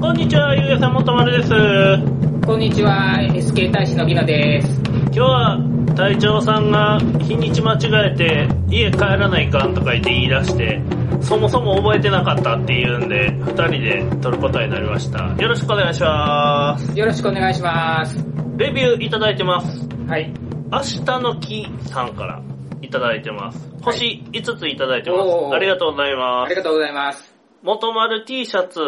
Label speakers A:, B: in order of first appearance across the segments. A: こんにちは、ゆうやさんもとまるです。
B: こんにちは、SK 大使のギノです。
A: 今日は隊長さんが日にち間違えて家帰らないかんとか言って言い出して、そもそも覚えてなかったって言うんで、二人で撮ることになりました。よろしくお願いします。
B: よろしくお願いします。
A: レビューいただいてます。
B: はい。
A: 明日の木さんからいただいてます。星5ついただいてます。
B: おー
A: ありがとうございます
B: あり。がとうございます。
A: 元丸 T シャツ、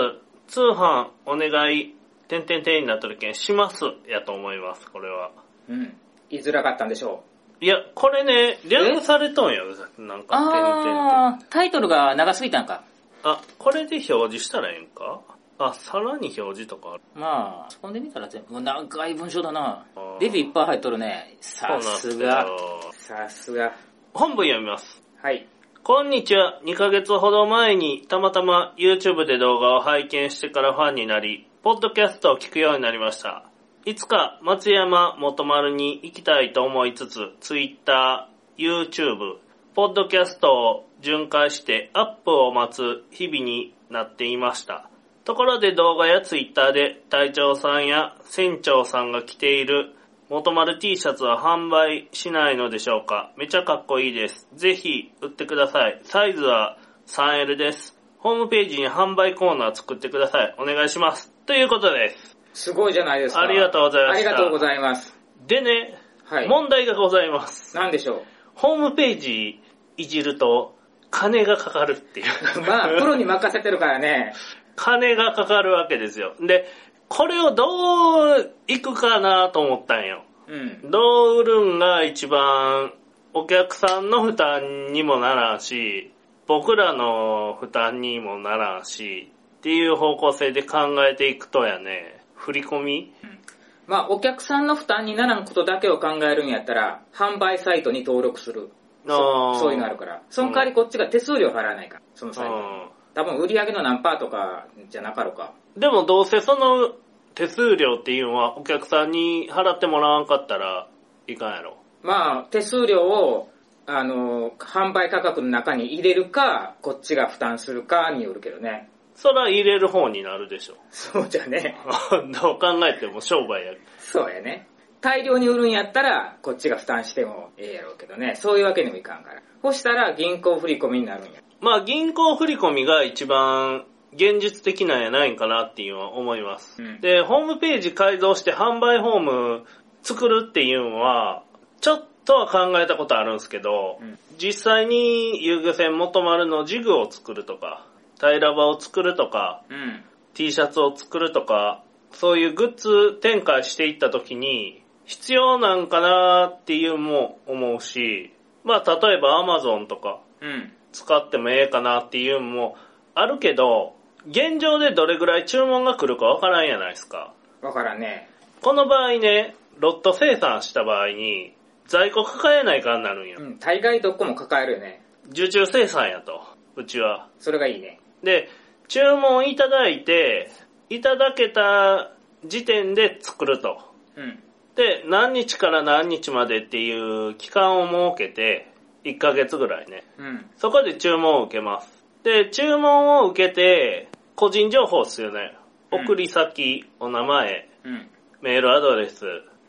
A: 通販お願い、てんてんてんになってるけん、します、やと思います、これは。
B: うん。言いづらかったんでしょう。
A: いや、これね、略されとんやろ、なんか、てんてんてん。
B: あー、タイトルが長すぎたんか。
A: あ、これで表示したらええんかあ、さらに表示とかある。
B: まあ、そこで見たら全部、もう長い文章だな
A: あー。
B: レビューいっぱい入っとるね。さす
A: そうなん
B: が。
A: です
B: さすが。
A: けど本文読みます。
B: はい。
A: こんにちは。2ヶ月ほど前にたまたま YouTube で動画を拝見してからファンになり、ポッドキャストを聞くようになりました。いつか松山元丸に行きたいと思いつつ、Twitter、YouTube、ポッドキャストを巡回してアップを待つ日々になっていました。ところで動画や Twitter で隊長さんや船長さんが着ている元丸 T シャツは販売しないのでしょうかめちゃかっこいいです。ぜひ売ってください。サイズは 3L です。ホームページに販売コーナー作ってください。お願いします。ということです。
B: すごいじゃないですか。
A: ありがとうございま
B: あ
A: し
B: り
A: た
B: がとうございます。
A: でね、
B: はい。
A: 問題がございます。
B: なんでしょ
A: ホームページいじると金がかかるっていう。
B: う。まあ、プロに任せてるからね。
A: 金がかかるわけですよ。で、これをどういくかなと思ったんよ。
B: うん。
A: どう売るんが一番お客さんの負担にもならんし、僕らの負担にもならんし、っていう方向性で考えていくとやね、振り込み
B: まあ、お客さんの負担にならんことだけを考えるんやったら、販売サイトに登録する。
A: あー
B: そういうのあるから。その代わりこっちが手数料払わないから、そのサイトに。
A: う
B: 多分売り上げの何パーとかじゃなかろうか。
A: ん。でもどうせその手数料っていうのはお客さんに払ってもらわんかったらいかんやろ。
B: まあ、手数料を、あの、販売価格の中に入れるか、こっちが負担するかによるけどね。
A: そら入れる方になるでしょ。
B: そうじゃね。
A: どう考えても商売や。
B: そうやね。大量に売るんやったら、こっちが負担してもええやろうけどね。そういうわけにもいかんから。そしたら銀行振り込みになるんや。
A: まあ銀行振り込みが一番現実的なんやないんかなっていうのは思います。
B: うん
A: で、ホームページ改造して販売ホーム作るっていうのは、ちょっとは考えたことあるんですけど、
B: うん
A: 実際に遊漁船元丸のジグを作るとか、タイラバを作るとか、
B: うん。
A: T シャツを作るとか、そういうグッズ展開していった時に、必要なんかなっていうのも思うし、まあ例えば Amazon とか、
B: うん。
A: 使ってもええかなっていうのもあるけど、現状でどれぐらい注文が来るかわからんやないですか。
B: わからんね。
A: この場合ね、ロット生産した場合に、在庫抱えないからなるんよ
B: う。ん。大概どこも抱えるよね。
A: 受注生産やと、うちは。
B: それがいいね。
A: で、注文いただいて、いただけた時点で作ると。
B: うん。
A: で、何日から何日までっていう期間を設けて、1ヶ月ぐらいね。
B: うん。
A: そこで注文を受けます。で、注文を受けて、個人情報っすよね。
B: うん
A: 送り先、お名前、
B: うん。
A: メールアドレス、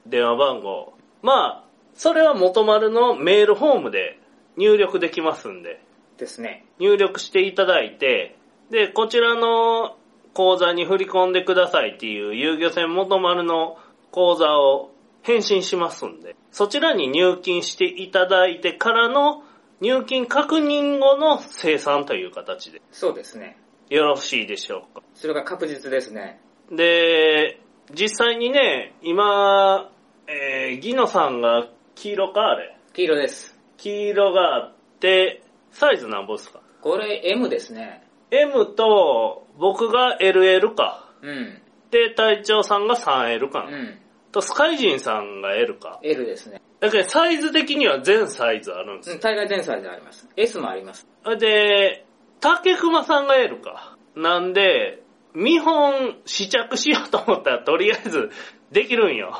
A: 電話番号。まあ、それは元丸のメールフォームで入力できますんで、
B: ですね。
A: 入力していただいて、で、こちらの口座に振り込んでくださいっていう遊漁船元丸の口座を返信しますんで、そちらに入金していただいてからの入金確認後の生産という形で
B: そうですね。
A: よろしいでしょうか。
B: それが確実ですね。
A: で、実際にね、今、えー、ギノさんが黄色かあれ
B: 黄色です。
A: 黄色があって、サイズなんぼですか
B: これ M ですね。
A: ?M と僕が LL か。
B: うん。
A: で、隊長さんが 3L かな、
B: うん。
A: と、スカイジンさんが L か。
B: L ですね。
A: だけど、サイズ的には全サイズあるんです
B: う
A: よ
B: ん、対外前菜であります。S もあります。
A: で、竹熊さんが L か。なんで、見本試着しようと思ったら、とりあえず、できるんよ。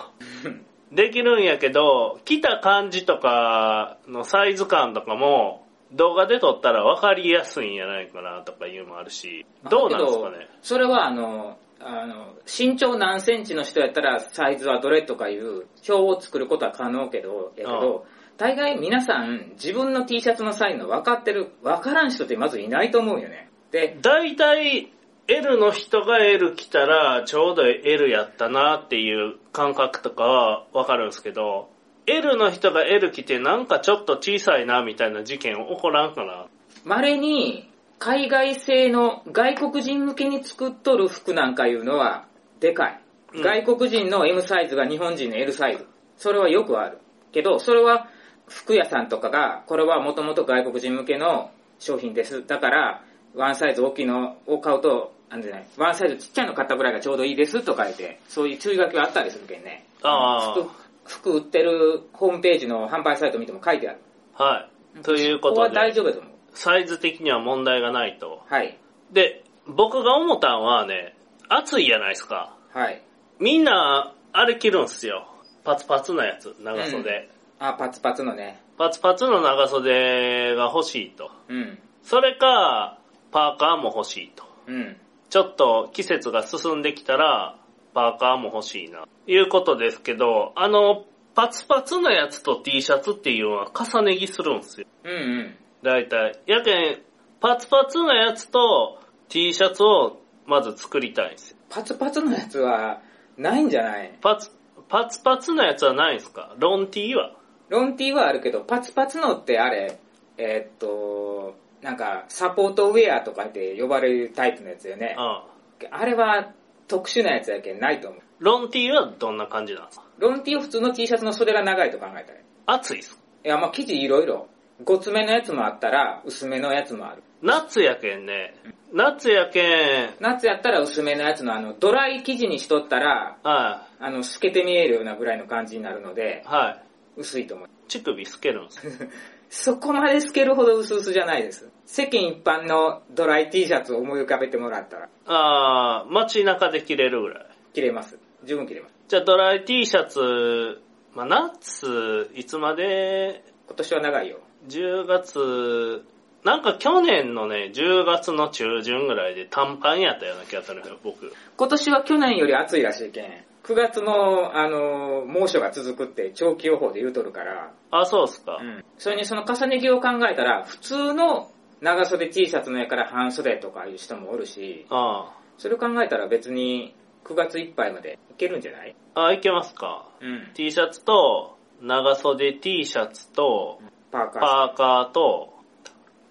A: できるんやけど、来た感じとかのサイズ感とかも、動画で撮ったら分かりやすいんやないかなとかいうのもあるし、どうなんですか
B: だけ
A: ね
B: ど。それはあの、あの、身長何センチの人やったらサイズはどれとかいう表を作ることは可能けど、やけど、大概皆さん自分の T シャツのサイズの分かってる、分からん人ってまずいないと思うよね。で、
A: 大体 L の人が L 来たらちょうど L やったなっていう感覚とかはわかるんですけど L の人が L 来てなんかちょっと小さいなみたいな事件起こらんかな
B: 稀に海外製の外国人向けに作っとる服なんかいうのはでかい。
A: うん
B: 外国人の M サイズが日本人の L サイズ。それはよくある。けど、それは服屋さんとかが、これはもともと外国人向けの商品です。だから、ワンサイズ大きいのを買うと、なんじゃない、ワンサイズちっちゃいの買ったぐらいがちょうどいいですと書いて、そういう注意書きはあったりするけんね。
A: あ
B: 服、服売ってるホームページの販売サイト見ても書いてある。
A: あはいというこ
B: こことは
A: で
B: 大丈夫だと思う。
A: サイズ的には問題がないと
B: はい。
A: で僕が思ったんはね暑いじゃないですか
B: はい。
A: みんなあれ着るんすよパツパツなやつ長袖、
B: あ、パツパツのね。
A: パツパツの長袖が欲しいと
B: うん。
A: それか、パーカーも欲しいと。
B: うん。
A: ちょっと季節が進んできたら、パーカーも欲しいな。いうことですけど、あの、パツパツのやつと T シャツっていうのは重ね着するんですよ。
B: うんうん。
A: だいたい。やけん、パツパツのやつと T シャツをまず作りたいんですよ。
B: パツパツのやつは、ないんじゃない
A: パツ、パツパツのやつはないんですかロン T は
B: ロンティーはあるけど、パツパツのってあれ、えーっと、なんか、サポートウェアとかって呼ばれるタイプのやつよね。あ
A: うん。
B: れは特殊なやつやけんないと思う。
A: ロン T はどんな感じなんですか
B: ロンティーは普通の T シャツの袖が長いと考えたらいい。
A: 暑いっすか
B: いや、まあ生地いろいろ。ごつめのやつもあったら、薄めのやつもある。
A: 夏やけんね。夏やけん、
B: 夏やったら薄めのやつのあの、ドライ生地にしとったら、
A: は
B: あの、透けて見えるようなぐらいの感じになるので
A: い、、はい。
B: 薄いと思う。
A: 乳首透けるんですよ
B: そこまで透けるほど薄々じゃないです。世間一般のドライ T シャツを思い浮かべてもらったら、
A: あー、街中で着れるぐらい。
B: 切れます。十分切れます。
A: じゃあドライ T シャツ、まあ、夏、いつまで、
B: 今年は長いよ。
A: 10月、なんか去年のね、10月の中旬ぐらいで短パンやったような気がするんですよ、僕。
B: 今年は去年より暑いらしいけん。9月の、あのー、猛暑が続くって長期予報で言うとるから、
A: あ、そうっすか。
B: うん。それにその重ね着を考えたら、普通の長袖 T シャツのやから半袖とかいう人もおるし、
A: あ
B: それを考えたら別に9月いっぱいまでいけるんじゃない
A: あ。あ、いけますか。
B: うん。
A: T シャツと、長袖 T シャツと、
B: パーカー、
A: パーカーと、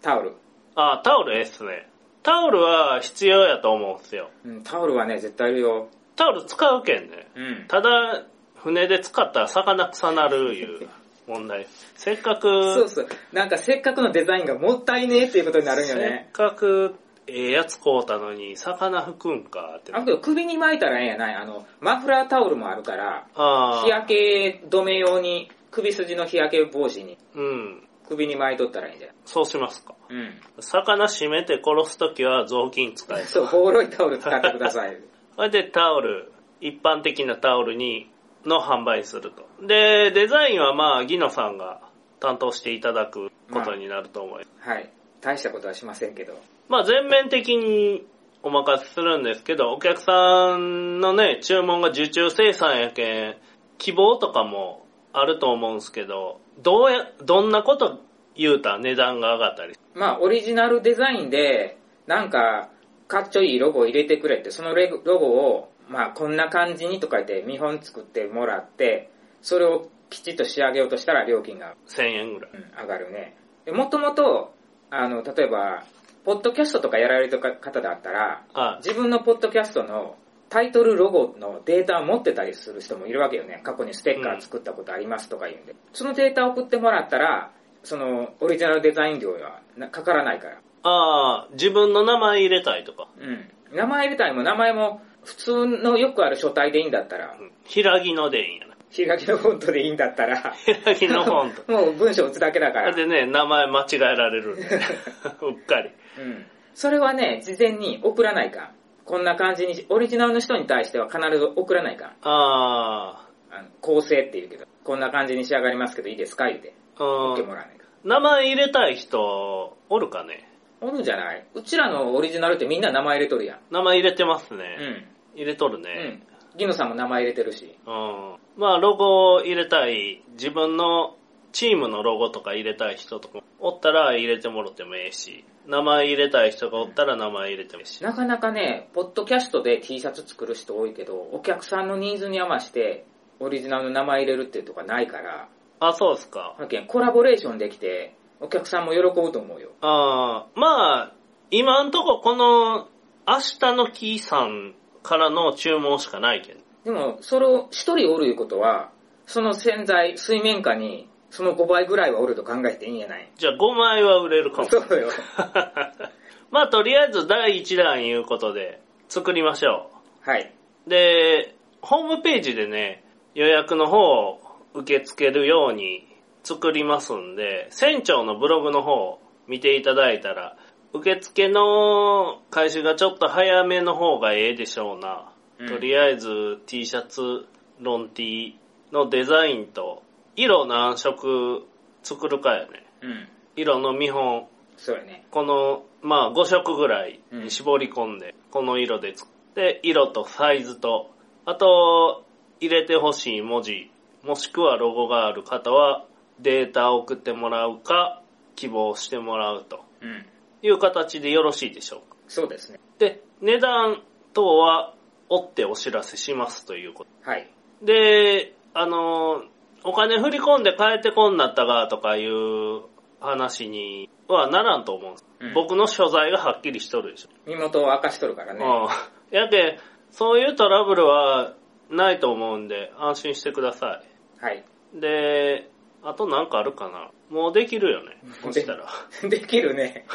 B: タオル。
A: あ、タオルええっすね。タオルは必要やと思うんですよ。
B: うん、タオルはね、絶対いるよ。
A: タオル使うけんね。
B: うん。
A: ただ、船で使ったら魚臭なるいう問題。せっか
B: そう
A: く、
B: そう。なんかせっかくのデザインがもったいねえっていうことになるんよ
A: せ
B: ね
A: っ。かくええやつ買うたのに、魚吹くんかって。
B: あけど首に巻いたらええんやない。あの、マフラータオルもあるから、
A: あ
B: 日
A: あ、
B: 焼け止め用に、首筋の日焼け防止に
A: うん。
B: 首に巻いとったらええんじゃない
A: そうしますか。
B: うん。
A: 魚締めて殺すときは雑巾使え
B: そう、ボロいタオル使ってください。
A: それでタオル、一般的なタオルに、の販売すると。で、デザインはまあ、ギノさんが担当していただくことになると思います。
B: はい。大したことはしませんけど。
A: まあ全面的にお任せするんですけど、お客さんのね、注文が受注生産やけん、希望とかもあると思うんですけど、どうや、どんなこと言うたら値段が上がったり。
B: まあ、オリジナルデザインで、なんか、かっちょいいロゴを入れてくれって、そのレゴロゴを、まあ、こんな感じにとか言って見本作ってもらって、それをきちっと仕上げようとしたら料金が
A: 1000円ぐらい。
B: うん上がるね。でもともと、あの、例えば、ポッドキャストとかやられてる方だったら、
A: あ
B: 自分のポッドキャストのタイトルロゴのデータを持ってたりする人もいるわけよね。過去にステッカー作ったことありますとか言うんで。そのデータを送ってもらったら、そのオリジナルデザイン料はなかからないから。
A: あー、自分の名前入れたいとか、
B: うん。名前入れたりも名前も普通のよくある書体でいいんだったら
A: う、ん、平木のでいいんやな。
B: 開きのフォントでいいんだったら、。
A: 平木の本と
B: もう文章打つだけだから。
A: でね、名前間違えられるん で、うっかり。
B: うん。それはね、事前に送らないかん。こんな感じに、オリジナルの人に対しては必ず送らないかん。
A: あ
B: あの構成って言うけど、こんな感じに仕上がりますけどいいですか言うて、
A: ー、
B: 受
A: う
B: け
A: ん
B: も、らわないかん。
A: 名前入れたい人、おるかね
B: おるんじゃないうちらのオリジナルってみんな名前入れとるやん。
A: 名前入れてますね。
B: うん。
A: 入れとる
B: う
A: ね。
B: ん。ギノさんも名前入れてるし。
A: うん。まあ、ロゴを入れたい、自分のチームのロゴとか入れたい人とかおったら入れてもろてもええし、名前入れたい人がおったら名前入れてもええし。
B: なかなかね、ポッドキャストで T シャツ作る人多いけど、お客さんのニーズに合わせて、オリジナルの名前入れるっていうとかないから、
A: あ、そうですか。
B: ほんけんコラボレーションできて、お客さんも喜ぶと思うよ。
A: ああ、まあ、今んとここの、明日の木さんからの注文しかないけど。
B: でも、それを一人おるいうことは、その洗剤、水面下に、その5倍ぐらいはおると考えていいんやない
A: じゃあ5枚は売れるかも。
B: そうよ。
A: まあとりあえず第1弾いうことで作りましょ
B: はい。
A: う。で、ホームページでね、予約の方を受け付けるように作りますんで、船長のブログの方を見ていただいたら、受付の開始がちょっと早めの方がええでしょうな。
B: うん
A: とりあえず T シャツ、ロン T のデザインと、色何色作るかやね。
B: うん。
A: 色の見本、
B: そうやね。
A: この、まあ5色ぐらいに絞り込んで、この色で作って、色とサイズと、あと、入れてほしい文字、もしくはロゴがある方は、データを送ってもらうか、希望してもらうと
B: うん。
A: いう形でよろしいでしょうか。
B: そうですね。
A: で、値段等は追ってお知らせしますということ。
B: はい。
A: で、あの、お金振り込んで帰ってこんなったがとかいう話にはならんと思うんです。
B: うん
A: 僕の所在がはっきりしとるでしょ。
B: 身元を明かしとるからね。
A: うん。やけ、そういうトラブルはないと思うんで、安心してくださ
B: はい。
A: い。で、あとなんかあるかなもうできるよね。そしたら。
B: できるね。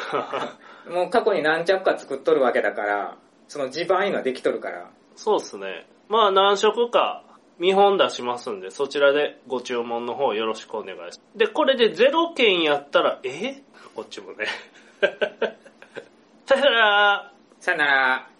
B: もう過去に何着か作っとるわけだから、その地盤いうのはできとるから。
A: そうっすね。まあ何色か見本出しますんで、そちらでご注文の方よろしくお願いします。で、これで0件やったら、 えこっちもね。ただらー
B: さよなら。